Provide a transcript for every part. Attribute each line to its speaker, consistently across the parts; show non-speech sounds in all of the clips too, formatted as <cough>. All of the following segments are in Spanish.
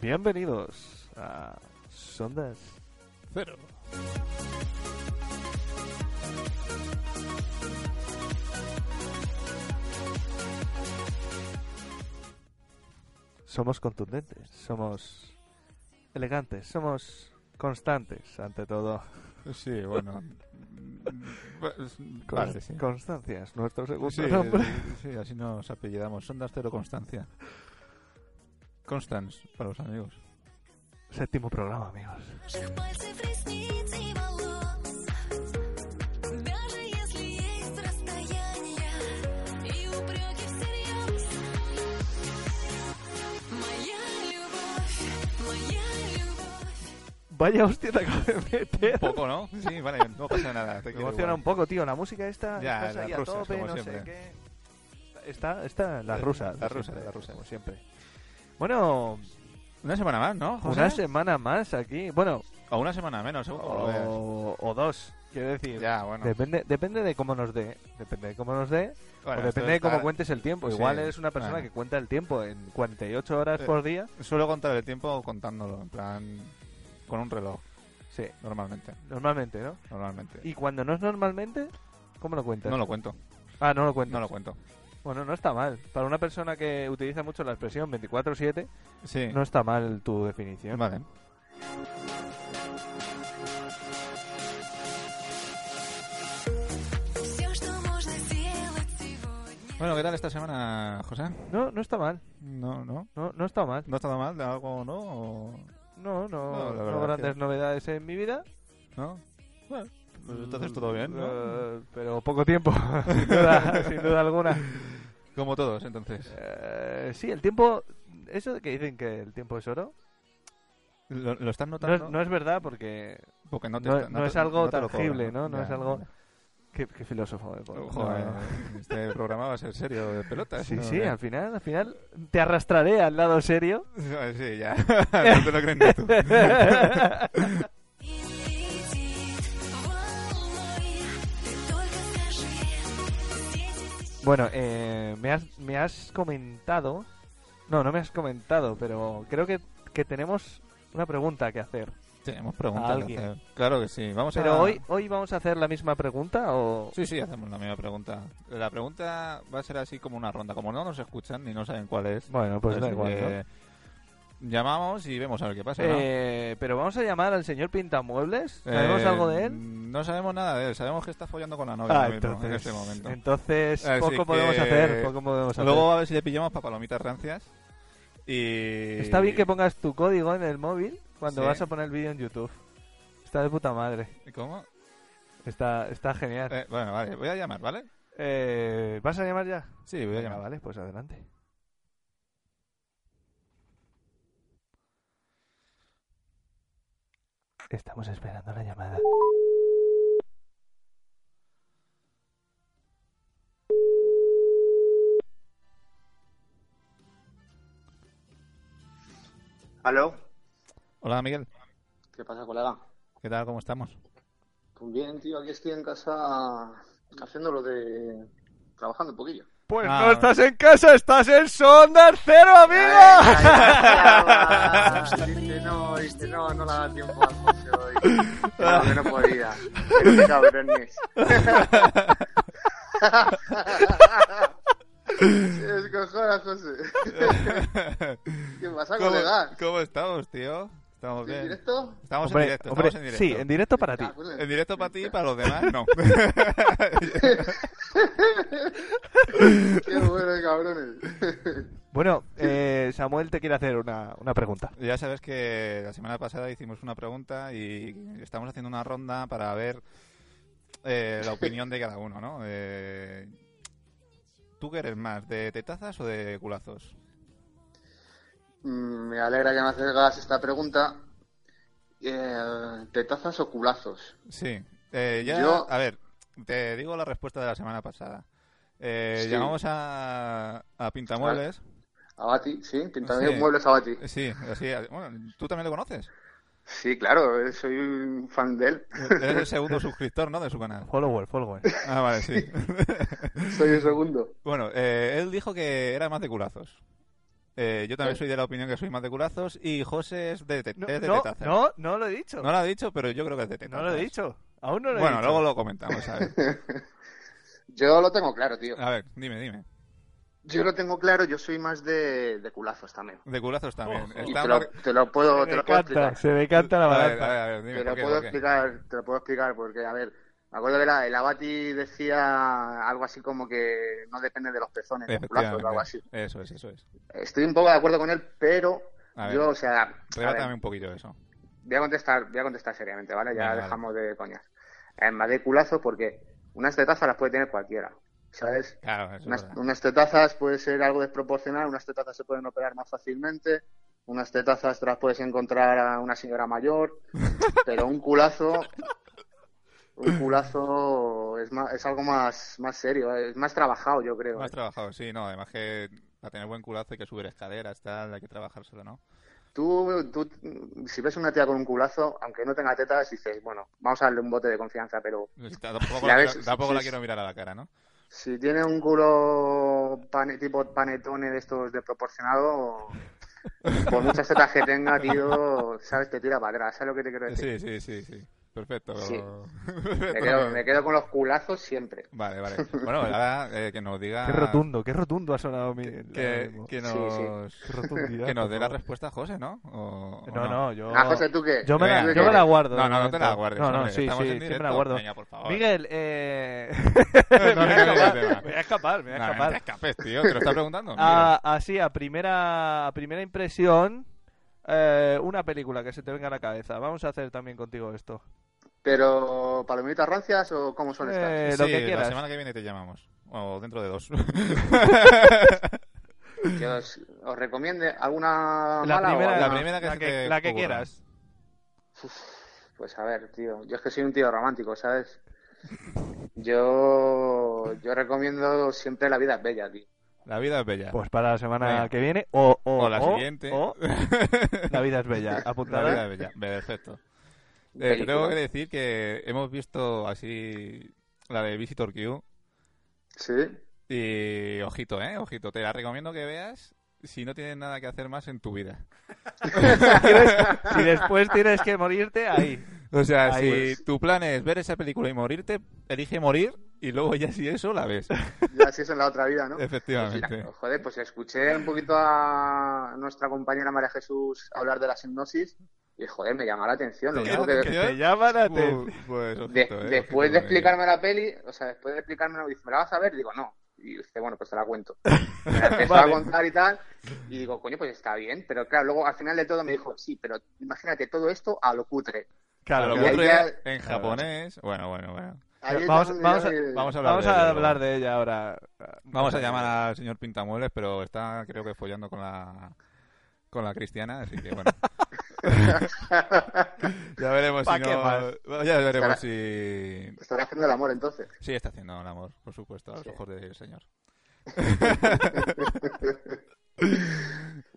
Speaker 1: Bienvenidos a Sondas Cero. Somos contundentes, somos elegantes, somos constantes, ante todo.
Speaker 2: Sí, <laughs> bueno. Pues, vale, sí. pues.
Speaker 1: Constancia es nuestro segundo
Speaker 2: Sí,
Speaker 1: nombre.
Speaker 2: sí, así nos apellidamos. Sondas Cero Constancia. Constans, para los amigos.
Speaker 1: Séptimo programa, amigos.
Speaker 3: Наших пальцев, ресниц и волос Даже если есть расстояние И упреки всерьез Моя любовь, моя любовь
Speaker 1: Vaya hostia te acabo de meter.
Speaker 2: Poco, ¿no? <laughs> Sí, vale, no pasa nada. Te
Speaker 1: Me
Speaker 2: quiero
Speaker 1: emociona
Speaker 2: igual.
Speaker 1: un poco, tío. La música esta,
Speaker 2: Ya,
Speaker 1: estás
Speaker 2: las
Speaker 1: ahí a
Speaker 2: rusas,
Speaker 1: tope,
Speaker 2: como
Speaker 1: no sé
Speaker 2: siempre.
Speaker 1: qué. Está, está las
Speaker 2: Sí,
Speaker 1: rusas. de
Speaker 2: las rusas,
Speaker 1: siempre,
Speaker 2: las rusas.
Speaker 1: Como siempre. Bueno,
Speaker 2: Una semana más, ¿no? José?
Speaker 1: una semana más aquí. Bueno,
Speaker 2: O una semana menos, según como lo veas.
Speaker 1: o, o dos, quiero decir.
Speaker 2: Oh. Ya, bueno.
Speaker 1: Depende, depende de cómo nos dé. Depende de cómo nos dé.
Speaker 2: Bueno,
Speaker 1: o depende
Speaker 2: esto
Speaker 1: de cómo
Speaker 2: ahora-
Speaker 1: cuentes el tiempo.
Speaker 2: Sí,
Speaker 1: Igual eres una persona
Speaker 2: bueno.
Speaker 1: que cuenta el tiempo en 48 horas
Speaker 2: Eh.
Speaker 1: por día.
Speaker 2: Suelo contar el tiempo contándolo, en plan. Con un reloj,
Speaker 1: Sí,
Speaker 2: normalmente.
Speaker 1: normalmente, ¿no?
Speaker 2: Normalmente.
Speaker 1: Y cuando no es normalmente, ¿cómo lo cuentas?
Speaker 2: No lo cuento,
Speaker 1: Ah, no lo cuentas.
Speaker 2: no lo cuento.
Speaker 1: Bueno, no está mal. Para una persona que utiliza mucho la expresión 24-7,
Speaker 2: Sí.
Speaker 1: no está mal tu definición.
Speaker 2: Vale.
Speaker 3: Все, что можно сделать сегодня
Speaker 2: Bueno, ¿qué tal esta semana, José?
Speaker 1: No, no está mal.
Speaker 2: No, no.
Speaker 1: No, no está mal.
Speaker 2: ¿No ha estado mal de algo, no? ¿O
Speaker 1: No, no,
Speaker 2: No, la
Speaker 1: no,
Speaker 2: verdad
Speaker 1: grandes
Speaker 2: que-
Speaker 1: novedades en mi vida.
Speaker 2: ¿No? Bueno, pues entonces todo bien, ¿no?
Speaker 1: Eh, pero poco tiempo, <laughs> sin, duda, sin duda alguna.
Speaker 2: Como todos, entonces.
Speaker 1: Eh, sí, el tiempo... Eso de que dicen que el tiempo es oro,
Speaker 2: ¿Lo, lo estás
Speaker 1: no es,
Speaker 2: notando?
Speaker 1: no es verdad porque...
Speaker 2: Porque no, te
Speaker 1: no-
Speaker 2: está-
Speaker 1: no
Speaker 2: te-
Speaker 1: es algo
Speaker 2: te lo
Speaker 1: tangible,
Speaker 2: cobran.
Speaker 1: ¿no? No
Speaker 2: Ya,
Speaker 1: es algo-
Speaker 2: ya.
Speaker 1: Qué, qué filósofo. eh, por-
Speaker 2: Joder,
Speaker 1: no, no.
Speaker 2: este programa va a ser serio de pelotas.
Speaker 1: Sí,
Speaker 2: ¿no? Eh,
Speaker 1: sí, al final, al final te arrastraré al lado
Speaker 2: <laughs>
Speaker 1: serio.
Speaker 2: Sí, ya. no te lo
Speaker 1: <laughs>
Speaker 2: creen ni tú.
Speaker 3: И летит волной Ты только скажи Здесь и сейчас
Speaker 1: Bueno, eh, me, has, me has comentado. No, no me has comentado, pero creo que, que tenemos una pregunta que hacer.
Speaker 2: Tenemos
Speaker 1: A
Speaker 2: preguntas. que
Speaker 1: alguien.
Speaker 2: hacer. Claro que sí. Vamos
Speaker 1: Pero
Speaker 2: a...
Speaker 1: hoy, hoy vamos a hacer la misma pregunta o.
Speaker 2: Sí, sí, hacemos la misma pregunta. La pregunta va a ser así como una ronda. Como no nos escuchan ni no saben cuál es,
Speaker 1: Bueno, pues da
Speaker 2: Entonces,
Speaker 1: igual. ¿no?
Speaker 2: eh, Llamamos y vemos a ver qué pasa. ¿no?
Speaker 1: Eh, pero vamos a llamar al señor Pintamuebles. ¿Sabemos
Speaker 2: Eh,
Speaker 1: algo de él? Ah,
Speaker 2: No sabemos nada de él. Sabemos que está follando con la novia ahora mismo, en este momento.
Speaker 1: entonces
Speaker 2: Así
Speaker 1: poco
Speaker 2: que-
Speaker 1: podemos hacer. Poco podemos hacer.
Speaker 2: Luego a ver si le pillamos para palomitas rancias. Y...
Speaker 1: Está bien que pongas tu código en el móvil cuando
Speaker 2: Sí.
Speaker 1: vas a poner el vídeo en YouTube. Está de puta madre.
Speaker 2: ¿Cómo?
Speaker 1: Está, está genial.
Speaker 2: Eh, bueno, vale, voy a llamar, ¿vale?
Speaker 1: Eh, ¿Vas a llamar ya?
Speaker 2: Sí, voy a
Speaker 1: Venga,
Speaker 2: llamar.
Speaker 1: vale, pues adelante. Estamos esperando la llamada.
Speaker 4: ¿Aló?
Speaker 2: Hola, Miguel.
Speaker 4: ¿Qué pasa, colega?
Speaker 2: ¿Qué tal? ¿Cómo estamos?
Speaker 4: Pues bien, tío, aquí estoy en casa haciendo lo de... trabajando un poquillo.
Speaker 1: Pues
Speaker 2: Ah,
Speaker 1: no
Speaker 2: vale.
Speaker 1: estás en casa, estás en Sondas Cero, amigo.
Speaker 4: Dice, no, dice, no, no le da tiempo al coche hoy. No, que no podía. Pero qué cabrón es. Se descojona, José. ¿Qué pasa,
Speaker 2: <laughs> ¿Cómo,
Speaker 4: colega?
Speaker 2: cómo estamos, tío? Estamos
Speaker 4: ¿En
Speaker 2: bien.
Speaker 4: directo?
Speaker 2: Estamos
Speaker 1: Hombre,
Speaker 2: en directo.
Speaker 1: hombre,
Speaker 2: estamos en directo.
Speaker 1: sí, en directo para ti.
Speaker 4: Ah, pues,
Speaker 2: En directo para ti y para los demás, no.
Speaker 4: Qué bueno, cabrones.
Speaker 1: Bueno, eh, Samuel te quiere hacer una, una pregunta.
Speaker 2: ya sabes que la semana pasada hicimos una pregunta y estamos haciendo una ronda para ver eh, la opinión de cada uno, ¿no? Eh, ¿Tú qué eres más, de tetazas o de culazos?
Speaker 4: Mm, Me alegra que me acercas esta pregunta. Eh, ¿Tetazas o culazos?
Speaker 2: Sí. Eh, ya,
Speaker 4: Yo-
Speaker 2: A ver, te digo la respuesta de la semana pasada. Eh,
Speaker 4: Sí. Ah.
Speaker 2: Llamamos a, a Pintamuebles.
Speaker 4: Abati, sí, pintando
Speaker 2: Sí.
Speaker 4: muebles Abati.
Speaker 2: Sí, así. Bueno, tú también lo conoces.
Speaker 4: Sí, claro, eh, soy un fan de él.
Speaker 2: Eres el segundo suscriptor, ¿no? De su canal.
Speaker 1: Follower,
Speaker 2: <laughs>
Speaker 1: follower.
Speaker 2: Ah, vale, sí.
Speaker 4: <laughs> Soy el segundo.
Speaker 2: Bueno, eh, él dijo que era más de culazos. Eh, yo también soy de la opinión que soy más de culazos y José es de, te-
Speaker 1: No,
Speaker 2: es de
Speaker 1: no,
Speaker 2: tetazas.
Speaker 1: no, no lo he dicho.
Speaker 2: No lo ha dicho, pero yo creo que es de
Speaker 1: No
Speaker 2: tetazas.
Speaker 1: lo he dicho. Aún no lo he
Speaker 2: bueno,
Speaker 1: dicho.
Speaker 2: luego lo comentamos,
Speaker 1: <laughs>
Speaker 2: a ver.
Speaker 4: Yo lo tengo claro, tío.
Speaker 2: A ver, dime, dime.
Speaker 4: Yo lo tengo claro, yo soy más de, de culazos también.
Speaker 2: De culazos también.
Speaker 1: Ojo.
Speaker 4: Y
Speaker 2: Está
Speaker 4: te, lo,
Speaker 2: mar-
Speaker 4: te lo puedo,
Speaker 1: Se
Speaker 4: te
Speaker 1: me
Speaker 4: lo
Speaker 1: encanta,
Speaker 4: puedo explicar.
Speaker 1: se me encanta la
Speaker 2: A ver,
Speaker 1: balanza.
Speaker 2: a ver, a ver, dime,
Speaker 4: Te lo
Speaker 2: ¿por qué,
Speaker 4: puedo
Speaker 2: por qué?
Speaker 4: explicar, te lo puedo explicar porque, a ver, me acuerdo que era- el Abati decía algo así como que no depende de los pezones, los culazos o algo así.
Speaker 2: Efectivamente. Eso es, eso es.
Speaker 4: Estoy un poco de acuerdo con él, pero
Speaker 2: A ver.
Speaker 4: yo, o sea, a ver,
Speaker 2: Rebátame un poquito eso.
Speaker 4: voy a contestar, voy a contestar seriamente, ¿vale? Ya
Speaker 2: Venga, vale.
Speaker 4: dejamos de coñas. Eh, En más de culazos porque unas tetazas las puede tener cualquiera, ¿sabes?
Speaker 2: Claro, eso es
Speaker 4: Unas,
Speaker 2: verdad.
Speaker 4: unas tetazas puede ser algo desproporcional, unas tetazas se pueden operar más fácilmente, unas tetazas te las puedes encontrar a una
Speaker 2: <laughs>
Speaker 4: señora mayor, pero un culazo, un culazo es, ma- es algo más, más serio, es más trabajado, yo creo.
Speaker 2: Más trabajado, sí, no, además que para tener buen culazo hay que subir escaleras, tal, hay que trabajárselo, ¿no?
Speaker 4: Tú, tú, si ves una tía con un culazo, aunque no tenga tetas, dices, bueno, vamos a darle un bote de confianza, pero
Speaker 2: Tampoco, la,
Speaker 4: Ya ves,
Speaker 2: tampoco
Speaker 4: sí,
Speaker 2: la
Speaker 4: sí.
Speaker 2: quiero mirar a la cara, ¿no?
Speaker 4: si tiene un culo pane- tipo panetone de estos desproporcionado, por muchas tetas que tenga, tío, sabes, te tira para atrás, ¿sabes lo que te quiero decir?
Speaker 2: Sí, sí, sí, sí. Perfecto.
Speaker 4: Sí.
Speaker 2: Perfecto.
Speaker 4: Me quedo, me quedo con los culazos siempre.
Speaker 2: Vale,
Speaker 4: <laughs>
Speaker 2: vale. Bueno, ahora eh, que nos diga...
Speaker 1: Qué rotundo, qué rotundo ha sonado mi. ahora
Speaker 2: Que,
Speaker 1: mismo.
Speaker 2: que
Speaker 4: Sí, sí.
Speaker 2: nos,
Speaker 1: Qué rotundidad,
Speaker 2: que nos
Speaker 1: por
Speaker 2: dé la
Speaker 1: favor.
Speaker 2: respuesta José, ¿no? O- o
Speaker 1: No, no, yo.
Speaker 4: Ah, José, ¿tú qué?
Speaker 1: Yo me, la,
Speaker 2: Venga,
Speaker 4: ¿Tú
Speaker 1: yo
Speaker 4: qué?
Speaker 1: me la guardo. de
Speaker 2: No, no, no te la
Speaker 1: momento.
Speaker 2: guardes,
Speaker 1: No, no,
Speaker 2: hombre,
Speaker 1: sí,
Speaker 2: estamos en
Speaker 1: sí, sí me la
Speaker 2: directo.
Speaker 1: guardo.
Speaker 2: Venga, por favor.
Speaker 1: Miguel, <laughs> eh.
Speaker 2: <laughs>
Speaker 1: <laughs>
Speaker 2: no,
Speaker 1: me voy a
Speaker 2: no, no,
Speaker 1: escapar,
Speaker 2: no, no.
Speaker 1: me voy a escapar, me voy a
Speaker 2: Nah, no
Speaker 1: escapar.
Speaker 2: te escapes, tío. ¿Te
Speaker 1: <laughs>
Speaker 2: lo está preguntando?
Speaker 1: Ah, así, a primera, a primera impresión, eh, una película que se te venga a la cabeza. Vamos a hacer también contigo esto.
Speaker 4: ¿Pero palomitas rancias o cómo son estas?
Speaker 1: Eh,
Speaker 2: Mira.
Speaker 1: lo
Speaker 2: Sí,
Speaker 1: que
Speaker 2: la
Speaker 1: quieras.
Speaker 2: semana que viene te llamamos. O dentro de dos. <laughs>
Speaker 4: Que os, os recomiende alguna
Speaker 1: La
Speaker 4: mala o
Speaker 1: primera,
Speaker 4: alguna-
Speaker 2: la primera que
Speaker 1: la
Speaker 2: se
Speaker 1: que,
Speaker 2: te
Speaker 1: la que
Speaker 2: ocurra.
Speaker 1: quieras.
Speaker 4: Pues a ver, tío, yo es que soy un tío romántico, <laughs> ¿sabes? Yo, yo recomiendo siempre La vida es bella, tío.
Speaker 2: La vida es bella.
Speaker 1: Pues para la semana
Speaker 2: Venga.
Speaker 1: que viene o, o,
Speaker 2: o la siguiente. <laughs>
Speaker 1: o La vida es bella.
Speaker 2: La
Speaker 1: Apuntada. <laughs>
Speaker 2: vida es bella. Perfecto. Eh, te
Speaker 4: Película.
Speaker 2: tengo que decir que hemos visto así la de Visitor Q
Speaker 4: Sí.
Speaker 2: y ojito, ¿eh? Ojito, te la recomiendo que veas si no tienes nada que hacer más en tu vida.
Speaker 1: Si después tienes que morirte, ahí.
Speaker 2: <laughs> O sea,
Speaker 1: Ahí
Speaker 2: si
Speaker 1: es.
Speaker 2: tu plan es ver esa película y morirte, elige morir y luego ya si eso la ves.
Speaker 4: <laughs> Ya así es en la otra vida, ¿no?
Speaker 2: Efectivamente.
Speaker 4: Joder, pues escuché un poquito a nuestra compañera María Jesús hablar de la hipnosis y, joder, me llamó la atención. Lo
Speaker 2: ¿Qué
Speaker 4: único
Speaker 2: te-
Speaker 4: que
Speaker 1: Que te llaman a te...
Speaker 2: Pu- pues, ojito,
Speaker 4: de-
Speaker 2: eh, ojito
Speaker 4: después
Speaker 2: con
Speaker 4: de
Speaker 2: ello.
Speaker 4: explicarme la peli, o sea, después de explicarme, dice, ¿me la vas a ver? Digo, no. Y dice, bueno, pues te la
Speaker 1: <laughs>
Speaker 4: cuento. Me la empezó
Speaker 1: Vale.
Speaker 4: a contar y tal. Y digo, coño, pues está bien. Pero claro, luego al final de todo me dijo, sí, pero imagínate todo esto a lo cutre.
Speaker 2: A
Speaker 1: Claro,
Speaker 2: lo
Speaker 4: Ya-
Speaker 2: mejor
Speaker 4: ya-
Speaker 2: era en japonés. Bueno, bueno, bueno.
Speaker 4: Ahí es
Speaker 1: Vamos-
Speaker 4: donde
Speaker 1: vamos
Speaker 4: yo
Speaker 1: a-
Speaker 4: me-
Speaker 2: Vamos a hablar,
Speaker 1: Vamos
Speaker 2: de,
Speaker 1: a
Speaker 2: ello luego.
Speaker 1: hablar de ella ahora.
Speaker 2: Vamos a llamar al señor Pintamuebles, pero está creo que follando con la con la cristiana, así que bueno. <laughs>
Speaker 4: <laughs>
Speaker 2: ya veremos
Speaker 1: ¿Pa'
Speaker 2: si
Speaker 1: qué
Speaker 2: no
Speaker 1: más?
Speaker 2: ya veremos
Speaker 4: Estará-
Speaker 2: si
Speaker 4: Estará haciendo el amor entonces.
Speaker 2: sí está haciendo el amor, por supuesto, a los ojos del señor.
Speaker 4: <laughs>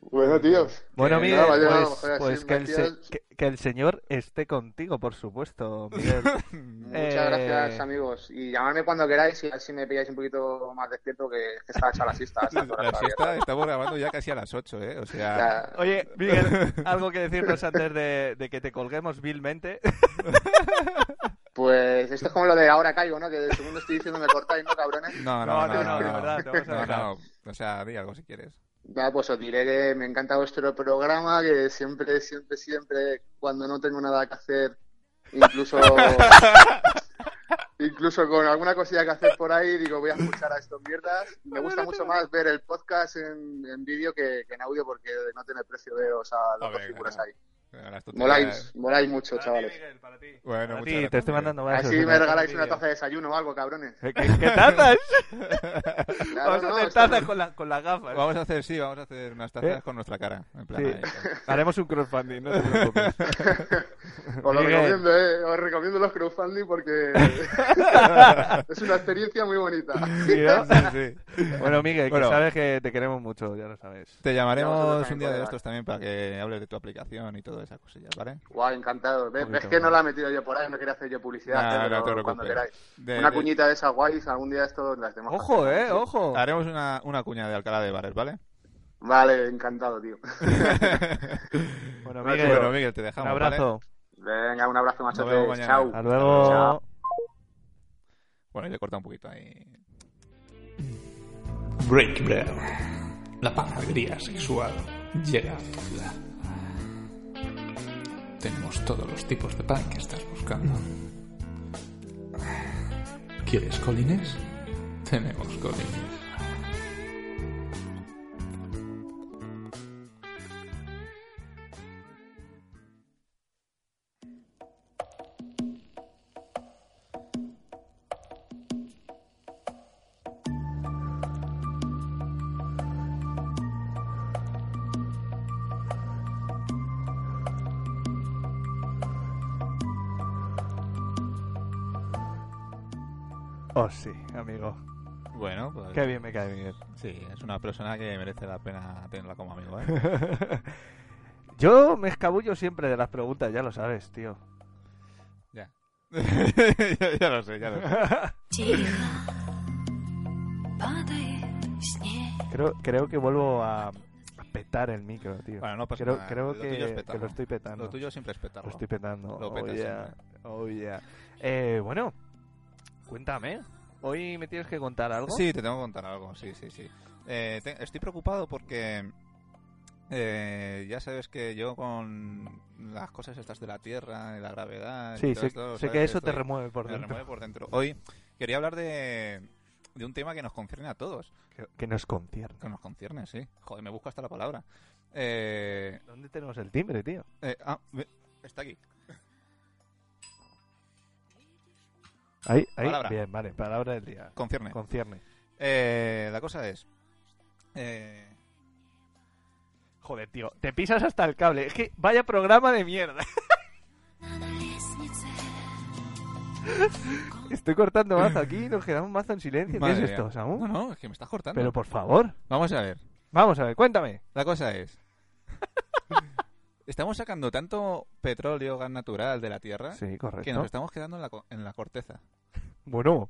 Speaker 4: Bueno, tíos.
Speaker 1: Bueno,
Speaker 4: que
Speaker 1: Miguel,
Speaker 4: Eh, nada, vaya,
Speaker 1: pues,
Speaker 4: joder, así
Speaker 1: pues que, el se-
Speaker 4: metidos.
Speaker 1: que- que el señor esté contigo, por supuesto, Miguel.
Speaker 4: Muchas
Speaker 1: Eh,
Speaker 4: gracias, amigos. Y llamadme cuando queráis y a ver si me pilláis un poquito más despierto que, que estaba hecha la siesta. a
Speaker 1: <laughs>
Speaker 4: estas horas
Speaker 2: La
Speaker 4: todavía.
Speaker 2: siesta estamos grabando ya casi a las 8, eh, o sea,
Speaker 4: Ya,
Speaker 1: <laughs> Oye, Miguel, algo que decirnos antes de, de que te colguemos vilmente.
Speaker 4: Pues esto es como lo de ahora caigo, ¿no? Que de
Speaker 1: <laughs>
Speaker 4: segundo estoy diciendo me cortáis, ¿no, cabrones?
Speaker 2: no, no, no, no,
Speaker 1: de verdad, te vamos a
Speaker 2: no,
Speaker 1: dejar.
Speaker 2: no, o sea, di algo si quieres.
Speaker 4: Ya, pues os diré que me encanta vuestro programa, que siempre, siempre, siempre, cuando no tengo nada que hacer,
Speaker 1: <laughs>
Speaker 4: incluso incluso con alguna cosilla que hacer por ahí, digo, voy a escuchar a estos mierdas. Me gusta mucho más ver el podcast en, en vídeo que, que en audio, porque no tiene precio veros a las dos
Speaker 2: Hombre,
Speaker 4: figuras
Speaker 2: claro.
Speaker 4: ahí.
Speaker 2: Las tonterías-
Speaker 4: Moláis, moláis mucho, chavales.
Speaker 1: Para
Speaker 2: Bueno, muchas
Speaker 1: ti,
Speaker 2: gracias,
Speaker 1: te estoy
Speaker 2: Miguel.
Speaker 1: mandando varias
Speaker 4: Así
Speaker 1: cosas.
Speaker 4: me regaláis una taza de desayuno o algo, cabrones.
Speaker 1: ¿Qué, qué- qué tazas?
Speaker 4: <laughs> Claro,
Speaker 1: Vamos a
Speaker 4: no,
Speaker 1: hacer
Speaker 4: esto-
Speaker 1: tazas con, la- con las gafas.
Speaker 2: <laughs> Vamos a hacer, sí, vamos a hacer unas tazas
Speaker 1: ¿Eh?
Speaker 2: con nuestra cara. En plan,
Speaker 1: Sí. <laughs>
Speaker 2: ahí, claro.
Speaker 1: Haremos un crowdfunding, no te preocupes.
Speaker 4: Os lo
Speaker 1: Miguel.
Speaker 4: recomiendo, eh. Os recomiendo los crowdfunding
Speaker 2: <laughs>
Speaker 4: porque es una experiencia muy bonita.
Speaker 1: Sí, ¿no?
Speaker 2: Sí, sí.
Speaker 1: <laughs> Bueno, Miguel,
Speaker 2: Bueno.
Speaker 1: que sabes que te queremos mucho, ya lo sabes.
Speaker 2: Te
Speaker 4: Nosotros
Speaker 2: llamaremos
Speaker 4: también,
Speaker 2: un día de
Speaker 4: colega.
Speaker 2: estos también para que hables de tu aplicación y todas esas cosillas, ¿vale?
Speaker 4: Guau, encantado. ¿Ves?
Speaker 1: Un
Speaker 4: ves
Speaker 1: poquito
Speaker 4: que
Speaker 1: más.
Speaker 4: no la he metido yo por ahí, no quería hacer yo publicidad,
Speaker 2: Nah,
Speaker 4: eh,
Speaker 2: no
Speaker 4: pero
Speaker 2: te preocupes.
Speaker 4: cuando queráis.
Speaker 2: De-
Speaker 4: Una
Speaker 2: de-
Speaker 4: cuñita de esas guays, algún día esto las demás.
Speaker 1: Ojo, eh, ojo.
Speaker 2: Haremos una, una cuña de Alcalá de Bares, ¿vale?
Speaker 4: Vale, encantado, tío.
Speaker 1: <laughs> Bueno, Miguel,
Speaker 2: bueno, Miguel, te
Speaker 1: un
Speaker 2: dejamos. ¿vale?
Speaker 1: abrazo.
Speaker 4: Venga, un abrazo,
Speaker 2: vemos
Speaker 4: machotes.
Speaker 2: mañana.
Speaker 4: Chao.
Speaker 1: Hasta luego.
Speaker 4: Chao.
Speaker 2: Bueno, yo he cortado un poquito ahí.
Speaker 5: Break Bread. La panadería sexual llega a tu ciudad. Tenemos todos los tipos de pan que estás buscando. ¿Quieres colines? Tenemos colines.
Speaker 1: Oh, sí, amigo.
Speaker 2: Bueno, pues.
Speaker 1: Qué bien me cae Miguel. <laughs>
Speaker 2: Sí, es una persona que merece la pena tenerla como amigo, ¿eh?
Speaker 1: <laughs>
Speaker 2: <laughs>
Speaker 1: Yo me escabullo siempre de las preguntas, ya lo sabes, tío.
Speaker 2: ya. ya. ya lo sé, ya lo sé.
Speaker 1: <laughs>
Speaker 3: Тихо падает снег.
Speaker 1: Creo, creo que vuelvo a a petar el micro, tío.
Speaker 2: Bueno, no pasa
Speaker 1: creo
Speaker 2: nada.
Speaker 1: creo
Speaker 2: lo
Speaker 1: que,
Speaker 2: tuyo es
Speaker 1: que
Speaker 2: petarlo.
Speaker 1: lo estoy petando.
Speaker 2: Lo tuyo siempre es petarlo.
Speaker 1: Lo Ah, estoy petando.
Speaker 2: Lo
Speaker 1: oh,
Speaker 2: petas
Speaker 1: yeah. Oh, yeah. Eh, bueno, cuéntame. Hoy me tienes que contar algo.
Speaker 2: Sí, te tengo que contar algo, sí, sí, sí. Eh, te- estoy preocupado porque eh, ya sabes que yo con las cosas estas de la Tierra, y la gravedad... y
Speaker 1: Sí,
Speaker 2: todo
Speaker 1: sé,
Speaker 2: esto,
Speaker 1: sé
Speaker 2: sabes
Speaker 1: que eso te
Speaker 2: estoy-
Speaker 1: remueve por
Speaker 2: me
Speaker 1: dentro.
Speaker 2: remueve por dentro. Hoy quería hablar de, de un tema que nos concierne a todos.
Speaker 1: Que, que nos concierne.
Speaker 2: Que nos concierne, sí. Joder, me busco hasta la palabra. Eh,
Speaker 1: ¿Dónde tenemos el timbre, tío?
Speaker 2: eh, ah, ve- está aquí.
Speaker 1: Ahí, ahí.
Speaker 2: Palabra.
Speaker 1: Bien, vale. Palabra del día.
Speaker 2: Concierne.
Speaker 1: Concierne.
Speaker 2: Eh, la cosa es... eh,
Speaker 1: Joder, tío. Te pisas hasta el cable. Es que vaya programa de mierda. <laughs>
Speaker 3: Над лестницей
Speaker 1: Estoy cortando mazo aquí y nos quedamos mazo en silencio.
Speaker 2: madre
Speaker 1: ¿Qué es
Speaker 2: mía.
Speaker 1: esto, Samu?
Speaker 2: No, no, es que me estás cortando.
Speaker 1: Pero por favor.
Speaker 2: Vamos a ver.
Speaker 1: Vamos a ver, cuéntame.
Speaker 2: La cosa es. estamos sacando tanto petróleo, gas natural de la tierra
Speaker 1: Sí,
Speaker 2: que
Speaker 1: correcto.
Speaker 2: nos estamos quedando en la, co- en la corteza.
Speaker 1: Bueno,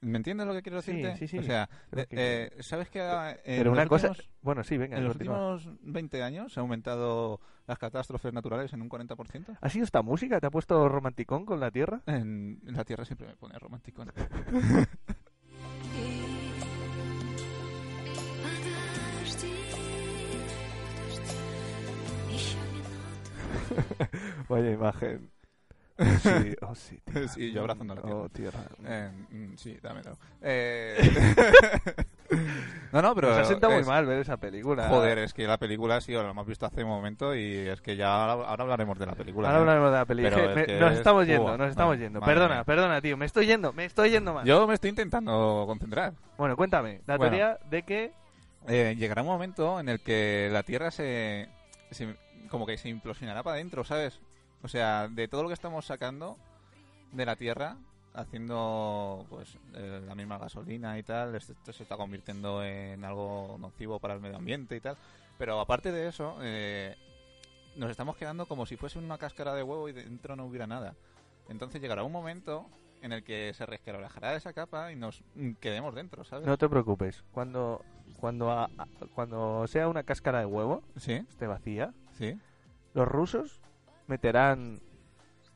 Speaker 2: ¿Me entiendes lo que quiero
Speaker 1: Sí,
Speaker 2: decirte?
Speaker 1: sí, sí.
Speaker 2: O sea,
Speaker 1: Creo
Speaker 2: de-
Speaker 1: que-
Speaker 2: eh, ¿sabes que ah, en
Speaker 1: pero
Speaker 2: los
Speaker 1: una cosa.
Speaker 2: últimos-
Speaker 1: Bueno, sí, venga.
Speaker 2: En los
Speaker 1: continúa.
Speaker 2: últimos 20 años se ha aumentado las catástrofes naturales en un 40%.
Speaker 1: ¿Ha sido esta música? ¿Te ha puesto romanticón con la tierra?
Speaker 2: En, en la Tierra siempre me pone
Speaker 1: <laughs>
Speaker 2: romántico. ¿no?
Speaker 3: подожди, подожди, еще минуту.
Speaker 1: Vaya
Speaker 2: <laughs>
Speaker 1: imagen. Oh, Sí, oh, sí, tierra.
Speaker 2: Sí, yo abrazando la tierra.
Speaker 1: Oh, tierra.
Speaker 2: Eh, mm, sí, dámelo.
Speaker 1: <laughs>
Speaker 2: Eh, <laughs> no, no, pero...
Speaker 1: Nos ha sentado muy
Speaker 2: es-
Speaker 1: mal ver esa película.
Speaker 2: Joder, es que la película sí, la hemos visto hace un momento y es que ya ahora, ahora hablaremos de la película.
Speaker 1: Ahora
Speaker 2: ¿eh?
Speaker 1: hablaremos de la película. Eh,
Speaker 2: Pero
Speaker 1: <laughs>
Speaker 2: es
Speaker 1: me-
Speaker 2: que
Speaker 1: nos
Speaker 2: es-
Speaker 1: estamos yendo,
Speaker 2: Buah,
Speaker 1: nos estamos
Speaker 2: madre-
Speaker 1: yendo.
Speaker 2: madre
Speaker 1: Perdona,
Speaker 2: mía.
Speaker 1: perdona, tío. Me estoy yendo, me estoy yendo mal.
Speaker 2: Yo me estoy intentando concentrar.
Speaker 1: Bueno, cuéntame. La
Speaker 2: Bueno.
Speaker 1: teoría de que.
Speaker 2: Eh, llegará un momento en el que la Tierra se, se- como que se implosionará para adentro, ¿sabes? O sea, de todo lo que estamos sacando de la Tierra, haciendo pues eh, la misma gasolina y tal, esto, esto se está convirtiendo en algo nocivo para el medio ambiente y tal. Pero aparte de eso, eh, nos estamos quedando como si fuese una cáscara de huevo y dentro no hubiera nada. Entonces llegará un momento en el que se resquebrajará esa capa y nos mm, quedemos dentro, ¿sabes?
Speaker 1: No te preocupes. Cuando. Cuando, a- a- cuando sea una cáscara de huevo,
Speaker 2: Sí,
Speaker 1: esté vacía,
Speaker 2: sí.
Speaker 1: los rusos meterán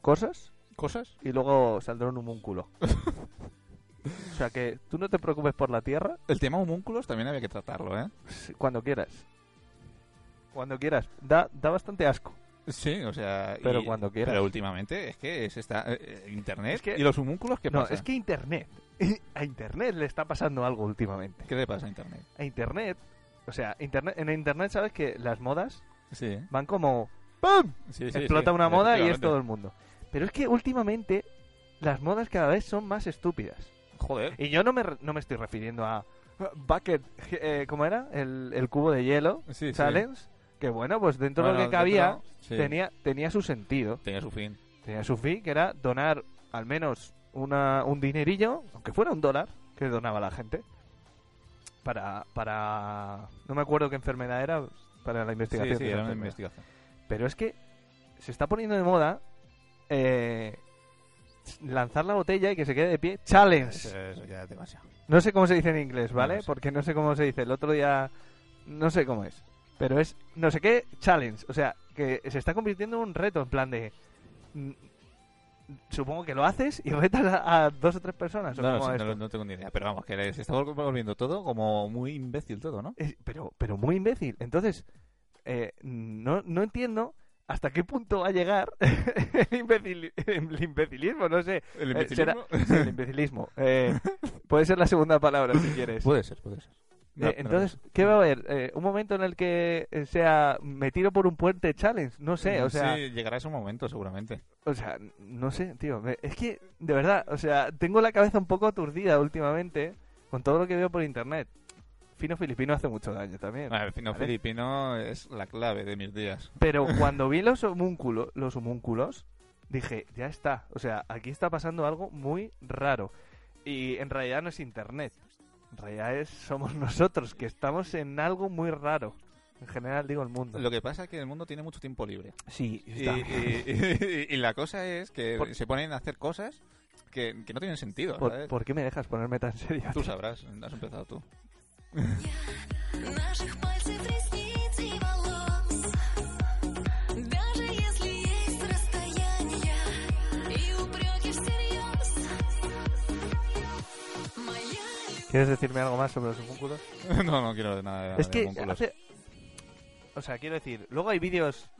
Speaker 1: cosas
Speaker 2: ¿Cosas? <laughs>
Speaker 1: y luego saldrá un homúnculo. O sea que tú no te preocupes por la tierra
Speaker 2: El tema homúnculos también había que tratarlo, ¿eh?
Speaker 1: si- cuando quieras. Cuando quieras. Da, da bastante asco.
Speaker 2: Sí, o sea...
Speaker 1: Pero cuando quieras.
Speaker 2: Pero últimamente es que se está... eh, eh, Internet
Speaker 1: Es que-
Speaker 2: y los homúnculos, ¿qué
Speaker 1: no,
Speaker 2: pasa?
Speaker 1: es que Internet. <laughs> A Internet le está pasando algo últimamente.
Speaker 2: ¿Qué le pasa a Internet?
Speaker 1: A e Internet. O sea, internet, en Internet sabes que las modas
Speaker 2: Sí,
Speaker 1: van como. ¡Pam!
Speaker 2: sí,
Speaker 1: Explota una moda y es todo el mundo. Pero es que últimamente las modas cada vez son más estúpidas.
Speaker 2: Joder.
Speaker 1: Y yo no me, re- no me estoy refiriendo a eh, Bucket, eh, ¿cómo era? El, el cubo de hielo,
Speaker 2: Sí, sí.
Speaker 1: Challenge, que bueno, pues dentro
Speaker 2: Bueno,
Speaker 1: de lo que cabía
Speaker 2: dentro- sí,
Speaker 1: tenía, tenía su sentido,
Speaker 2: tenía su fin.
Speaker 1: tenía su fin, que era donar al menos una, un dinerillo, aunque fuera un dólar, que donaba la gente, para, para... No me acuerdo qué enfermedad era, para la
Speaker 2: Sí,
Speaker 1: investigación.
Speaker 2: sí,
Speaker 1: de esa
Speaker 2: era una
Speaker 1: enfermedad.
Speaker 2: investigación.
Speaker 1: Pero es que se está poniendo de moda eh, lanzar la botella y que se quede de pie. Challenge.
Speaker 2: Eso, eso ya es demasiado.
Speaker 1: No sé cómo se dice en inglés, ¿vale?
Speaker 2: No lo sé.
Speaker 1: Porque no sé cómo se dice. El otro día no sé cómo es. Pero es no sé qué challenge. O sea, que se está convirtiendo en un reto en plan de... mm, Supongo que lo haces y <laughs> retas a, a dos o tres personas. ¿o
Speaker 2: No,
Speaker 1: cómo
Speaker 2: no,
Speaker 1: es
Speaker 2: no,
Speaker 1: esto?
Speaker 2: no tengo ni idea. Pero vamos, que se está vol- volviendo todo como muy imbécil todo, ¿no?
Speaker 1: Es- pero, pero muy imbécil. Entonces, eh, no, no entiendo hasta qué punto va a llegar <laughs> el, imbécil- el imbecilismo. No sé.
Speaker 2: El
Speaker 1: Eh, será- sí, el imbecilismo. Eh, puede ser la segunda palabra si quieres.
Speaker 2: <laughs> Puede ser, puede ser.
Speaker 1: Eh, entonces, ¿qué va a haber? Eh, ¿Un momento en el que eh, sea me tiro por un puente challenge? No sé, o sea,
Speaker 2: Mm, Sí, llegará ese momento seguramente.
Speaker 1: o sea no sé, tío. me- es que, de verdad, o sea, tengo la cabeza un poco aturdida últimamente con todo lo que veo por internet. Fino filipino hace mucho daño también.
Speaker 2: Bueno, el fino
Speaker 1: ¿vale?
Speaker 2: filipino es la clave de mis días.
Speaker 1: Pero cuando vi los, homúnculo- los homúnculos, dije, ya está. O sea, aquí está pasando algo muy raro. Y en realidad no es internet. En realidad es, somos <laughs> nosotros, que estamos en algo muy raro. En general digo el mundo.
Speaker 2: Lo que pasa es que el mundo tiene mucho tiempo libre.
Speaker 1: Sí,
Speaker 2: Y,
Speaker 1: <laughs>
Speaker 2: y- y- y la cosa es que
Speaker 1: Por-
Speaker 2: se ponen a hacer cosas que, que no tienen sentido,
Speaker 1: ¿Por,
Speaker 2: ¿sabes?
Speaker 1: por qué me dejas ponerme tan serio?
Speaker 2: Tú sabrás, has empezado tú. <laughs>
Speaker 3: Наших пальцев, ресниц и волос Даже если есть расстояние И упреки всерьез Моя
Speaker 1: <laughs> ¿Quieres decirme algo más sobre los homúnculos?
Speaker 2: no, no quiero nada de
Speaker 1: es que
Speaker 2: homúnculos.
Speaker 1: hace... O sea, quiero decir, luego hay vídeos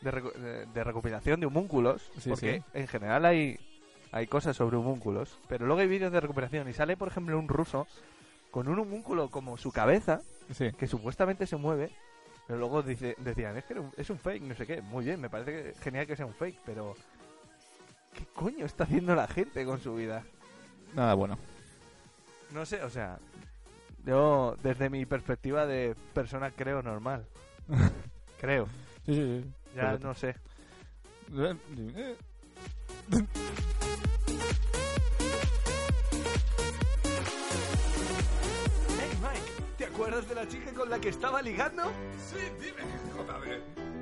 Speaker 1: de, recu- de- de recopilación de homúnculos,
Speaker 2: Sí,
Speaker 1: porque
Speaker 2: sí.
Speaker 1: en general hay, hay cosas sobre homúnculos, pero luego hay vídeos de recuperación y sale, por ejemplo, un ruso con un homúnculo como su cabeza,
Speaker 2: Sí.
Speaker 1: que supuestamente se mueve, pero luego dice, decían, es que era un- es un fake, no sé qué, muy bien, me parece que- genial que sea un fake, pero... ¿Qué coño está haciendo la gente con su vida?
Speaker 2: Nada bueno.
Speaker 1: No sé, o sea, yo desde mi perspectiva de persona creo <laughs> normal. creo.
Speaker 2: Sí, sí, sí.
Speaker 1: Ya
Speaker 2: Pero-
Speaker 1: no sé.
Speaker 2: Eh,
Speaker 1: Hey Mike, ¿te acuerdas de la chica con la que estaba ligando? Sí, dime,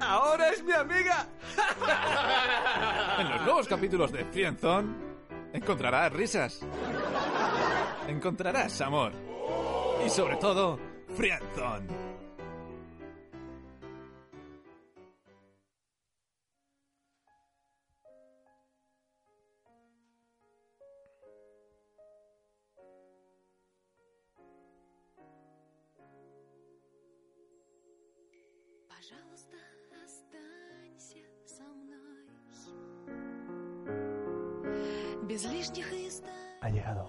Speaker 1: Ahora es mi amiga.
Speaker 5: En los nuevos capítulos de Friendzone encontrarás risas, encontrarás amor y sobre todo Friendzone.
Speaker 3: Пожалуйста, останься со мной Без лишних историй
Speaker 1: Ha llegado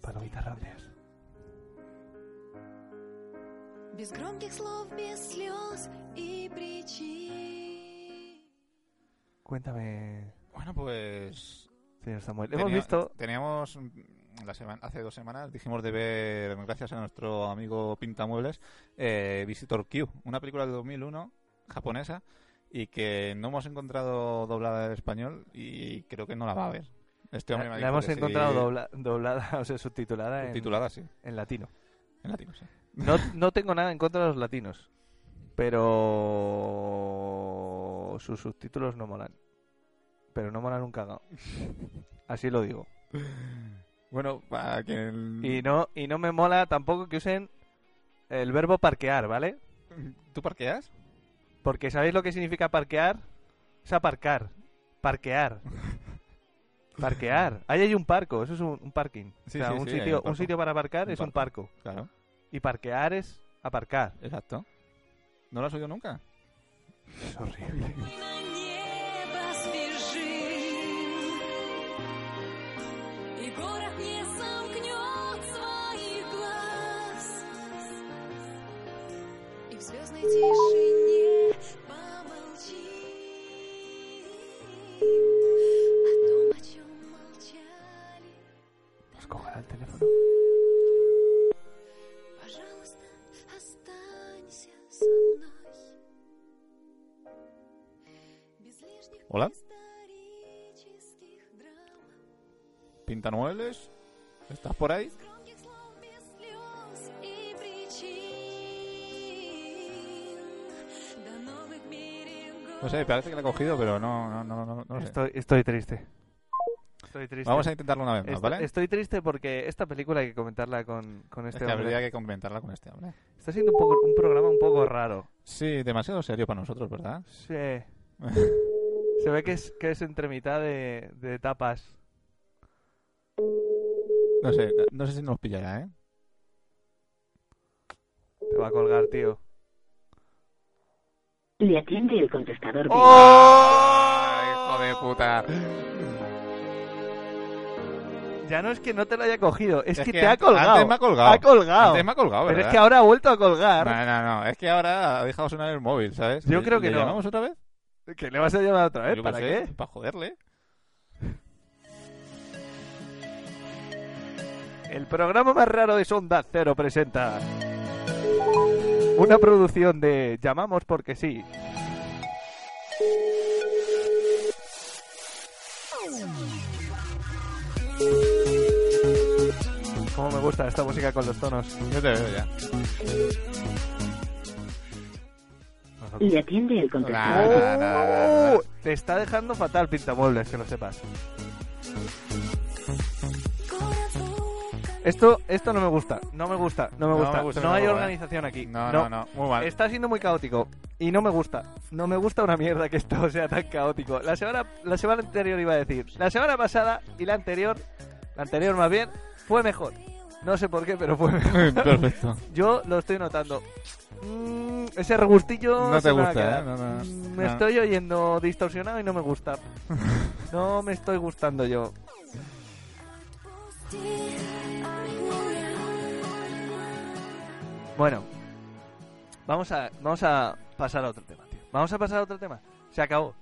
Speaker 1: Palomita Ramírez.
Speaker 3: Без громких слов, без слез и причин
Speaker 1: Cuéntame,
Speaker 2: Bueno, pues.
Speaker 1: señor Samuel. Hemos
Speaker 2: tenía-
Speaker 1: visto
Speaker 2: Teníamos. mm, La semana, hace dos semanas dijimos de ver, gracias a nuestro amigo Pintamuebles, eh, Visitor Q, una película del 2001 japonesa y que no hemos encontrado doblada al español y creo que no la va a ver. Este hombre me
Speaker 1: la, la
Speaker 2: ha dicho
Speaker 1: hemos
Speaker 2: que sí,
Speaker 1: encontrado dobla- doblada, <laughs> o sea, subtitulada en,
Speaker 2: Titulada, sí,
Speaker 1: en latino.
Speaker 2: en latino, sí.
Speaker 1: No, no tengo nada en contra de los latinos, pero sus subtítulos no molan. Pero no molan un cagao. Así lo digo.
Speaker 2: Bueno, para quien.
Speaker 1: Y no, y no me mola tampoco que usen el verbo parquear, ¿vale?
Speaker 2: ¿Tú parqueas?
Speaker 1: Porque ¿sabéis lo que significa parquear? Es aparcar, parquear. Parquear. Ahí hay un parco, eso es un, un parking.
Speaker 2: Sí,
Speaker 1: o sea,
Speaker 2: sí,
Speaker 1: un,
Speaker 2: sí, hay
Speaker 1: sitio,
Speaker 2: un
Speaker 1: un,
Speaker 2: parco.
Speaker 1: sitio para aparcar
Speaker 2: Un
Speaker 1: es un parco.
Speaker 2: Claro,
Speaker 1: Y parquear es aparcar.
Speaker 2: exacto. ¿No lo has oído nunca?
Speaker 1: Es horrible.
Speaker 3: Мы на небо сбежим, И город не сомкнет своих глаз, И в звездной тишине помолчим О том, о чем молчали.
Speaker 1: Pues cogerá el teléfono.
Speaker 3: Пожалуйста, останься со мной. Без лишних
Speaker 2: Hola.
Speaker 3: исторических драм,
Speaker 2: ¿Pintamuebles? ¿Estás por ahí?
Speaker 3: без громких слов, без слез и причин. До новых берегов.
Speaker 2: No sé, parece que lo he cogido, pero no, no, no, no, no lo sé.
Speaker 1: Estoy, estoy triste. Estoy triste.
Speaker 2: Vamos a intentarlo una vez más,
Speaker 1: Est-
Speaker 2: ¿vale?
Speaker 1: Estoy triste porque esta película hay que comentarla con, con
Speaker 2: Es
Speaker 1: este
Speaker 2: que
Speaker 1: hombre.
Speaker 2: habría que complementarla con este hombre.
Speaker 1: Está siendo un, poco, un programa un poco raro.
Speaker 2: Sí, demasiado serio para nosotros, ¿verdad?
Speaker 1: Sí. <laughs> Se ve que es, que es entre mitad de, de etapas.
Speaker 2: No sé, no sé si nos pillará, ¿eh?
Speaker 1: Te va a colgar, tío.
Speaker 6: Le atiende el contestador.
Speaker 2: Oh. ¡Ay,
Speaker 1: ¡Oh!
Speaker 2: hijo de puta!
Speaker 1: Ya no es que no te lo haya cogido, es,
Speaker 2: Es
Speaker 1: que,
Speaker 2: que
Speaker 1: te ha
Speaker 2: antes-
Speaker 1: colgado.
Speaker 2: antes me ha colgado.
Speaker 1: Ha colgado.
Speaker 2: Antes me ha colgado,
Speaker 1: Pero
Speaker 2: ¿verdad?
Speaker 1: es que ahora ha vuelto a colgar.
Speaker 2: No, no, no. Es que ahora ha dejado sonar el móvil, ¿sabes?
Speaker 1: Yo
Speaker 2: ¿Le-
Speaker 1: creo que
Speaker 2: ¿le
Speaker 1: no.
Speaker 2: llamamos otra vez?
Speaker 1: ¿Que le vas a llamar otra vez?
Speaker 2: Yo qué
Speaker 1: ¿Para
Speaker 2: sé,
Speaker 1: qué?
Speaker 2: Para joderle.
Speaker 1: El programa más raro de Sonda Cero presenta una producción de Llamamos porque sí. Cómo me gusta esta música con los tonos.
Speaker 2: Yo te veo ya.
Speaker 6: Le atiende el contestador.
Speaker 2: Nah, nah, nah, nah.
Speaker 1: ¡Oh! Te está dejando fatal pintamuebles, que lo sepas.
Speaker 3: Город звуками
Speaker 1: Esto, esto no me gusta, no me gusta, no me
Speaker 2: No
Speaker 1: gusta.
Speaker 2: me gusta
Speaker 1: No hay
Speaker 2: tampoco, ¿eh?
Speaker 1: organización aquí.
Speaker 2: No, no, no. Muy <laughs> mal.
Speaker 1: Está siendo muy caótico y no me gusta. No me gusta una mierda que esto sea tan caótico. La semana, la semana anterior iba a decir, la semana pasada y la anterior, la anterior más bien, fue mejor. No sé por qué, pero fue mejor.
Speaker 2: Perfecto. <laughs>
Speaker 1: Yo lo estoy notando. Mm, ese regustillo
Speaker 2: No
Speaker 1: se
Speaker 2: te
Speaker 1: me va a
Speaker 2: gusta,
Speaker 1: quedar.
Speaker 2: ¿eh? No, no, no.
Speaker 1: Mm, Me
Speaker 2: No.
Speaker 1: estoy oyendo distorsionado y no me
Speaker 2: <laughs>
Speaker 1: gusta. No me estoy gustando yo.
Speaker 3: отпусти от меня.
Speaker 1: Bueno, vamos a, vamos a pasar a otro tema, tío. Vamos a pasar a otro tema. Se acabó.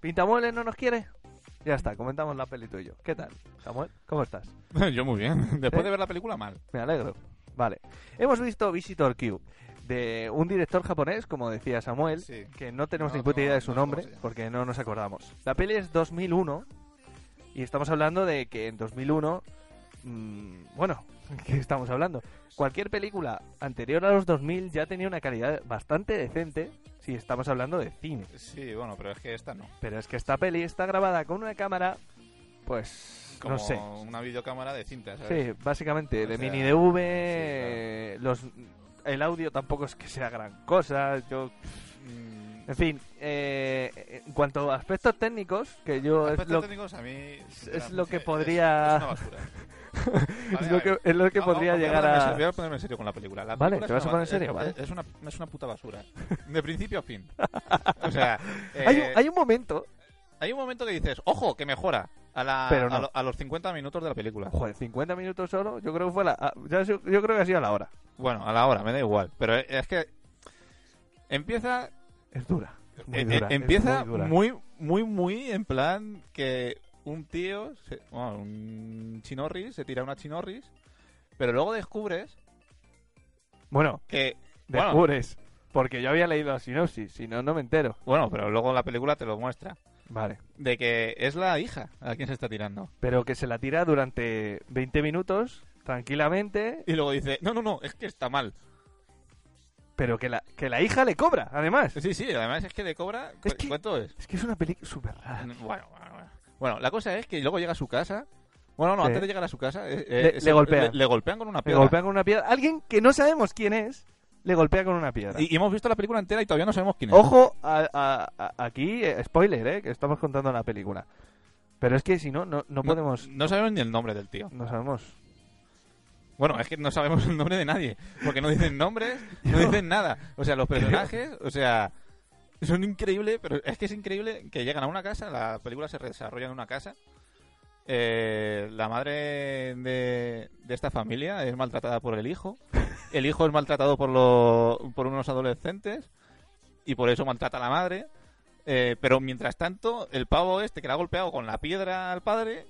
Speaker 1: ¿Pintamuebles no nos quiere? Ya está, comentamos la peli tú y yo. ¿Qué tal, Samuel? ¿Cómo estás?
Speaker 2: Yo muy bien. <laughs> Después
Speaker 1: ¿Eh?
Speaker 2: de ver la película, mal.
Speaker 1: Me alegro. Vale. Hemos visto Visitor Q, de un director japonés, como decía Samuel,
Speaker 2: Sí.
Speaker 1: que no tenemos
Speaker 2: No,
Speaker 1: ni puta
Speaker 2: no,
Speaker 1: idea de su
Speaker 2: no sé
Speaker 1: nombre,
Speaker 2: cómo se llama.
Speaker 1: porque no nos acordamos. La peli es 2001, y estamos hablando de que en 2001... mm, bueno, <laughs> ¿qué estamos hablando? Cualquier película anterior a los 2000 ya tenía una calidad bastante decente, si estamos hablando de cine.
Speaker 2: Sí, bueno, pero es que esta no.
Speaker 1: Pero es que esta peli está grabada con una cámara, pues...
Speaker 2: Como
Speaker 1: no sé.
Speaker 2: una videocámara de cinta, ¿sabes?
Speaker 1: Sí, básicamente,
Speaker 2: O
Speaker 1: de
Speaker 2: sea,
Speaker 1: mini DV,
Speaker 2: sí,
Speaker 1: eh, los, el audio tampoco es que sea gran cosa, yo...
Speaker 2: Mm,
Speaker 1: En fin, eh, en cuanto a aspectos técnicos, que yo es
Speaker 2: aspectos
Speaker 1: lo,
Speaker 2: técnicos a mí
Speaker 1: es lo que
Speaker 2: sinceramente,
Speaker 1: podría-
Speaker 2: es, es una basura. Vale,
Speaker 1: <laughs> es
Speaker 2: a
Speaker 1: lo
Speaker 2: ver.
Speaker 1: que, es lo que
Speaker 2: Ah,
Speaker 1: podría
Speaker 2: vamos, voy
Speaker 1: llegar
Speaker 2: ponerme en serio,
Speaker 1: a...
Speaker 2: Voy a ponerme en serio con la película. La
Speaker 1: Vale,
Speaker 2: película
Speaker 1: ¿te vas
Speaker 2: es
Speaker 1: a poner
Speaker 2: una-
Speaker 1: en serio?
Speaker 2: es-
Speaker 1: Vale.
Speaker 2: Es una, es una puta basura. De principio a fin. O sea, eh,
Speaker 1: <laughs> Hay, un- hay un momento...
Speaker 2: un momento que dices, ojo, que mejora. A, la-
Speaker 1: Pero no.
Speaker 2: a, lo- a los 50 minutos de la película.
Speaker 1: Joder, 50 minutos solo, yo creo que fue la... ah, ya sé- Yo creo que ha sido la hora.
Speaker 2: Bueno, a la hora, me da igual. Pero es que empieza
Speaker 1: Es dura. es muy
Speaker 2: Eh,
Speaker 1: dura,
Speaker 2: eh,
Speaker 1: es
Speaker 2: empieza
Speaker 1: muy dura.
Speaker 2: muy, muy, muy en plan que un tío, se- bueno, un chinorris, se tira una chinorris, pero luego descubres
Speaker 1: Bueno,
Speaker 2: que... Bueno,
Speaker 1: descubres, porque yo había leído la sinopsis, si no, no me entero.
Speaker 2: bueno, pero luego la película te lo muestra.
Speaker 1: Vale.
Speaker 2: De que es la hija a quien se está tirando.
Speaker 1: Pero que se la tira durante 20 minutos, tranquilamente,
Speaker 2: Y luego dice, no, no, no, es que está mal.
Speaker 1: Pero que la, que la hija le cobra, además.
Speaker 2: Sí, sí, además es que le cobra...
Speaker 1: Es
Speaker 2: ¿cu-
Speaker 1: que-
Speaker 2: ¿Cuánto es?
Speaker 1: Es que es una película súper rara.
Speaker 2: Bueno, bueno, bueno. Bueno, la cosa es que luego llega a su casa... Bueno, no,
Speaker 1: Sí.
Speaker 2: antes de llegar a su casa... eh, eh,
Speaker 1: Le-
Speaker 2: se-
Speaker 1: le golpean.
Speaker 2: Le, le golpean con una
Speaker 1: Le
Speaker 2: piedra.
Speaker 1: golpean con una piedra. Alguien que no sabemos quién es, le golpea con una piedra.
Speaker 2: Y, y hemos visto la película entera y todavía no sabemos quién es.
Speaker 1: Ojo, a- a- a- aquí, eh, spoiler, ¿eh? que estamos contando la película. Pero es que si no, no, no podemos...
Speaker 2: No sabemos ni el nombre del tío.
Speaker 1: No sabemos.
Speaker 2: Bueno, es que no sabemos el nombre de nadie. Porque no dicen nombres,
Speaker 1: <laughs>
Speaker 2: no dicen nada. O sea, los personajes, o sea. Son increíbles, pero es que es increíble que llegan a una casa, la película se desarrolla en una casa. eh, la madre de, de esta familia es maltratada por el hijo. El hijo es maltratado por, lo- por unos adolescentes y por eso maltrata a la madre. Eh, pero mientras tanto, el pavo este que le ha golpeado con la piedra al padre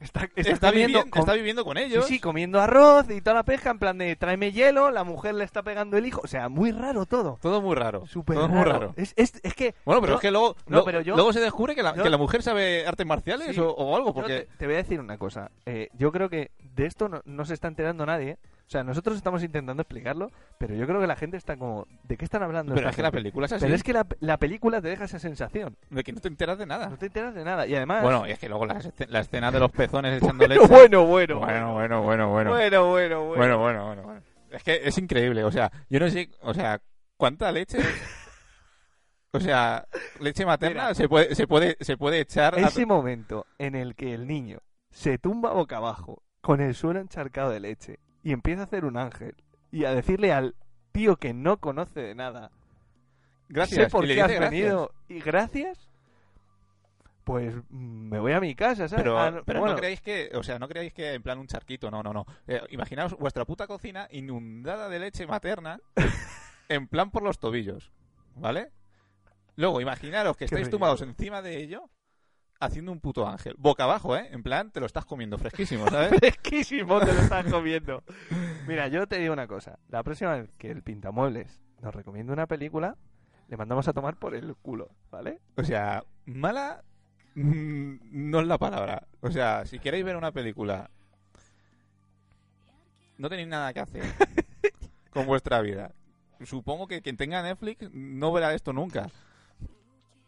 Speaker 1: Está, está
Speaker 2: está, viviendo,
Speaker 1: viviendo con-
Speaker 2: está viviendo con
Speaker 1: Sí,
Speaker 2: ellos.
Speaker 1: sí, comiendo arroz y toda la pesca, en plan de tráeme hielo, la mujer le está pegando el hijo. O sea, muy raro todo.
Speaker 2: Todo muy raro.
Speaker 1: Súper
Speaker 2: todo
Speaker 1: raro.
Speaker 2: muy raro.
Speaker 1: Es, es- es que.
Speaker 2: Bueno, pero
Speaker 1: yo-
Speaker 2: es que luego,
Speaker 1: no,
Speaker 2: luego-
Speaker 1: pero yo-
Speaker 2: luego se descubre que la,
Speaker 1: yo-
Speaker 2: que la mujer sabe artes marciales
Speaker 1: Sí.
Speaker 2: o, o algo,
Speaker 1: yo
Speaker 2: porque...
Speaker 1: te, te voy a decir una cosa. Eh, yo creo que de esto no, no se está enterando nadie. O sea, nosotros estamos intentando explicarlo, pero yo creo que la gente está como. ¿De qué están hablando?
Speaker 2: Pero
Speaker 1: esta
Speaker 2: es que la
Speaker 1: gente?
Speaker 2: película es así,
Speaker 1: Pero es que la, la película te deja esa sensación.
Speaker 2: de que no te enteras de nada.
Speaker 1: No te enteras de nada. Y además.
Speaker 2: Bueno, y es que luego las escen- la escena de los pezones echando leche...
Speaker 1: Ah, <laughs> bueno, bueno.
Speaker 2: bueno,
Speaker 1: bueno,
Speaker 2: bueno, bueno, bueno.
Speaker 1: bueno, bueno, bueno.
Speaker 2: Bueno, bueno, bueno, bueno. Es que es increíble, o sea, yo no sé, o sea, ¿cuánta leche? o sea, leche materna
Speaker 1: Mira.
Speaker 2: se puede se puede se puede echar a-
Speaker 1: Ese momento en el que el niño se tumba boca abajo con el suelo encharcado de leche y empieza a hacer un ángel y a decirle al tío que no conoce de nada,
Speaker 2: Gracias.
Speaker 1: sé por
Speaker 2: y le
Speaker 1: qué has
Speaker 2: dice gracias.
Speaker 1: venido y gracias, pues mm, me voy a mi casa, ¿sabes?
Speaker 2: Pero,
Speaker 1: Ah, no-
Speaker 2: pero
Speaker 1: bueno,
Speaker 2: no creéis que, o sea, no creáis que en plan un charquito, no, no, no. Eh, imaginaos vuestra puta cocina inundada de
Speaker 1: <laughs>
Speaker 2: leche materna, en plan por los tobillos, ¿vale? Luego, imaginaros que estáis
Speaker 1: ridículo.
Speaker 2: tumbados encima de ello, haciendo un puto ángel. Boca abajo, ¿eh? En plan, te lo estás comiendo fresquísimo, ¿sabes?
Speaker 1: <laughs> fresquísimo te lo estás comiendo. Mira, yo te digo una cosa, la próxima vez que el pintamuebles nos recomienda una película, le mandamos a tomar por el culo, ¿vale?
Speaker 2: O sea, mala mm, no es la palabra. O sea, si queréis ver una película, no tenéis nada
Speaker 1: <laughs>
Speaker 2: que hacer con vuestra vida. Supongo que quien tenga Netflix no verá esto nunca.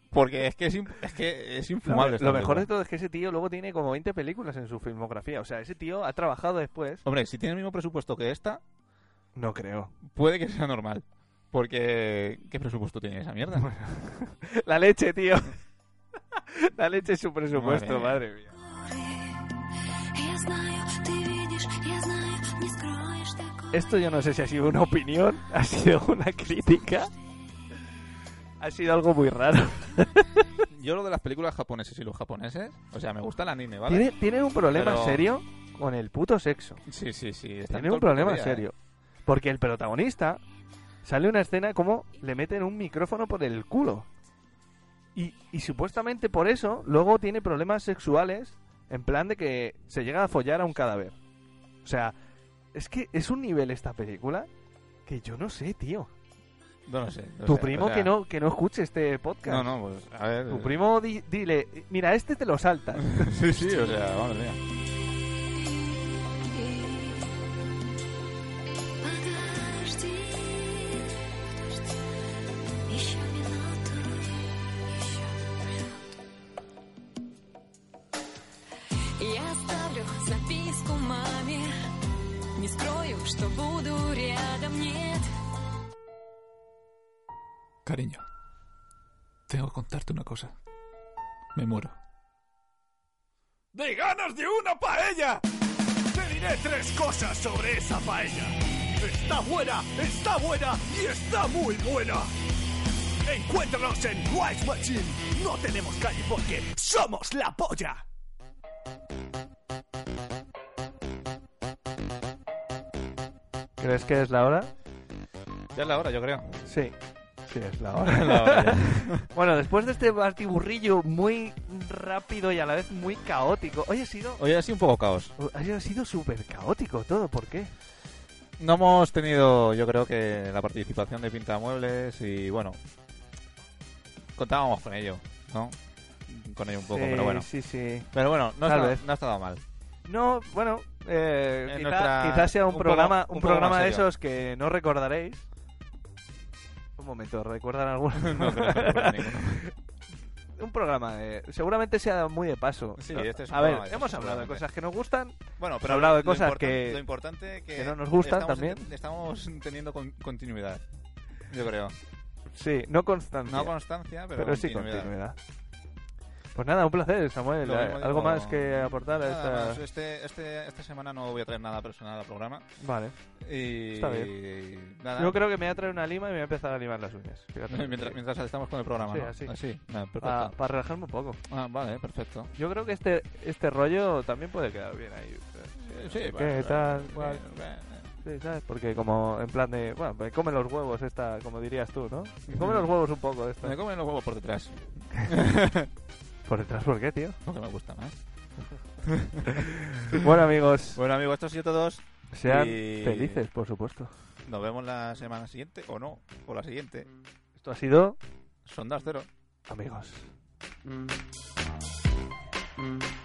Speaker 2: Porque es que es, in- es, que es
Speaker 1: Lo,
Speaker 2: infumable. esta
Speaker 1: lo mejor de
Speaker 2: película.
Speaker 1: todo es que ese tío luego tiene como 20 películas en su filmografía. O sea, ese tío ha trabajado después.
Speaker 2: Hombre, si tiene el mismo presupuesto que esta,
Speaker 1: No creo.
Speaker 2: puede que sea normal. Porque... ¿Qué presupuesto tiene esa mierda?
Speaker 1: La leche, tío. <laughs> La leche es su presupuesto, madre
Speaker 2: Madre
Speaker 1: mía.
Speaker 3: Я знаю, ты видишь, я знаю, не скроешь такого.
Speaker 1: Esto yo no sé si ha sido una opinión, ha sido una crítica. Ha sido algo muy raro.
Speaker 2: <laughs> Yo lo de las películas japonesas y los japoneses... O sea, me gusta el anime, ¿vale?
Speaker 1: Tiene, tiene un problema
Speaker 2: Pero-
Speaker 1: serio con el puto sexo.
Speaker 2: Sí, sí, sí.
Speaker 1: Tiene
Speaker 2: están todo
Speaker 1: un
Speaker 2: el puto
Speaker 1: problema
Speaker 2: día, ¿eh?
Speaker 1: serio. Porque el protagonista sale una escena como le meten un micrófono por el culo. Y, y supuestamente por eso luego tiene problemas sexuales en plan de que se llega a follar a un cadáver. O sea, es que es un nivel esta película que yo no sé, tío.
Speaker 2: No lo sé. o
Speaker 1: tu
Speaker 2: sea,
Speaker 1: primo
Speaker 2: o sea,
Speaker 1: que no que no eh. escuche este podcast.
Speaker 2: No, no, pues a ver.
Speaker 1: Tu primo di- dile, mira, este te lo <laughs> saltas.
Speaker 2: <laughs> sí, sí, o sea, vamos, mira.
Speaker 3: Подожди, подожди, еще минуту, еще минуту. Я оставлю записку маме, не скрою, что буду рядом, нет.
Speaker 5: Cariño, tengo que contarte una cosa. Me muero.
Speaker 7: de ganas de una paella. Te diré tres cosas sobre esa paella. Está buena, está buena y está muy buena. Encuéntranos en Wise Machine. No tenemos calle porque somos la polla.
Speaker 1: ¿Crees que es la hora?
Speaker 2: Ya es la hora, yo creo.
Speaker 1: Sí. Sí, es la hora. <laughs> Bueno, después de este batiburrillo muy rápido y a la vez muy caótico, hoy ha sido
Speaker 2: Hoy ha sido un poco caos.
Speaker 1: hoy ha sido súper caótico todo, ¿por qué?
Speaker 2: No hemos tenido, yo creo que la participación de Pintamuebles y bueno. Contábamos con ello, ¿no? Con ello un poco,
Speaker 1: sí,
Speaker 2: pero bueno.
Speaker 1: Eh, sí, sí.
Speaker 2: Pero bueno, no,
Speaker 1: Tal
Speaker 2: está,
Speaker 1: vez.
Speaker 2: no ha
Speaker 1: <laughs>
Speaker 2: estado mal.
Speaker 1: No, bueno, eh,
Speaker 2: En
Speaker 1: quizá-
Speaker 2: nuestra-
Speaker 1: quizá sea un,
Speaker 2: un
Speaker 1: programa
Speaker 2: poco-
Speaker 1: un
Speaker 2: un poco
Speaker 1: programa
Speaker 2: más
Speaker 1: de
Speaker 2: serio.
Speaker 1: esos que no recordaréis. Un momento, ¿recuerdan alguno?
Speaker 2: <laughs> No creo que recuerde ninguno.
Speaker 1: un programa de... Seguramente sea muy de paso.
Speaker 2: Sí,
Speaker 1: No,
Speaker 2: este es un
Speaker 1: a ver,
Speaker 2: programa de
Speaker 1: hemos
Speaker 2: paso,
Speaker 1: hablado de
Speaker 2: seguramente.
Speaker 1: cosas que nos gustan.
Speaker 2: Bueno,
Speaker 1: Ha hablado de
Speaker 2: lo
Speaker 1: cosas
Speaker 2: importan-
Speaker 1: que-
Speaker 2: Lo importante que.
Speaker 1: que no nos gustan
Speaker 2: estamos
Speaker 1: también.
Speaker 2: enten- Estamos teniendo con- continuidad. Yo creo.
Speaker 1: Sí, no constancia.
Speaker 2: No constancia, pero.
Speaker 1: pero sí
Speaker 2: continuidad.
Speaker 1: continuidad. Pues nada, un placer, Samuel.
Speaker 2: Lo
Speaker 1: Eh,
Speaker 2: mismo
Speaker 1: ¿Algo
Speaker 2: digo-
Speaker 1: más que aportar a
Speaker 2: Nada
Speaker 1: esta...?
Speaker 2: más, este, este, esta semana no voy a traer nada personal al programa.
Speaker 1: Vale.
Speaker 2: Y,
Speaker 1: Está
Speaker 2: nada,
Speaker 1: Yo creo que me voy a traer una lima y me voy a empezar a limar las uñas. Fíjate.
Speaker 2: <laughs> mientras, mientras estamos con el programa,
Speaker 1: Sí,
Speaker 2: ¿no?
Speaker 1: así.
Speaker 2: nada, perfecto.
Speaker 1: Ah,
Speaker 2: Ah,
Speaker 1: para relajarme un poco.
Speaker 2: vale, perfecto.
Speaker 1: Yo creo que este este rollo también puede quedar bien ahí.
Speaker 2: Eh,
Speaker 1: ¿Qué
Speaker 2: vale,
Speaker 1: tal?
Speaker 2: vale,
Speaker 1: Guay.
Speaker 2: vale.
Speaker 1: Sí, ¿sabes? Porque como en plan de... Bueno, me come los huevos esta, como dirías tú, ¿no? Me come los huevos un poco esta.
Speaker 2: Me comen los huevos por detrás,
Speaker 1: ¿Por detrás por qué, tío?
Speaker 2: porque me gusta más.
Speaker 1: Bueno, amigos,
Speaker 2: Bueno, amigos, esto ha sido todo.
Speaker 1: sean
Speaker 2: y-
Speaker 1: felices, por supuesto.
Speaker 2: Nos vemos la semana siguiente, o no, o la siguiente.
Speaker 1: Esto ha sido...
Speaker 2: Sondas cero.
Speaker 1: Amigos.
Speaker 7: Mm. Mm.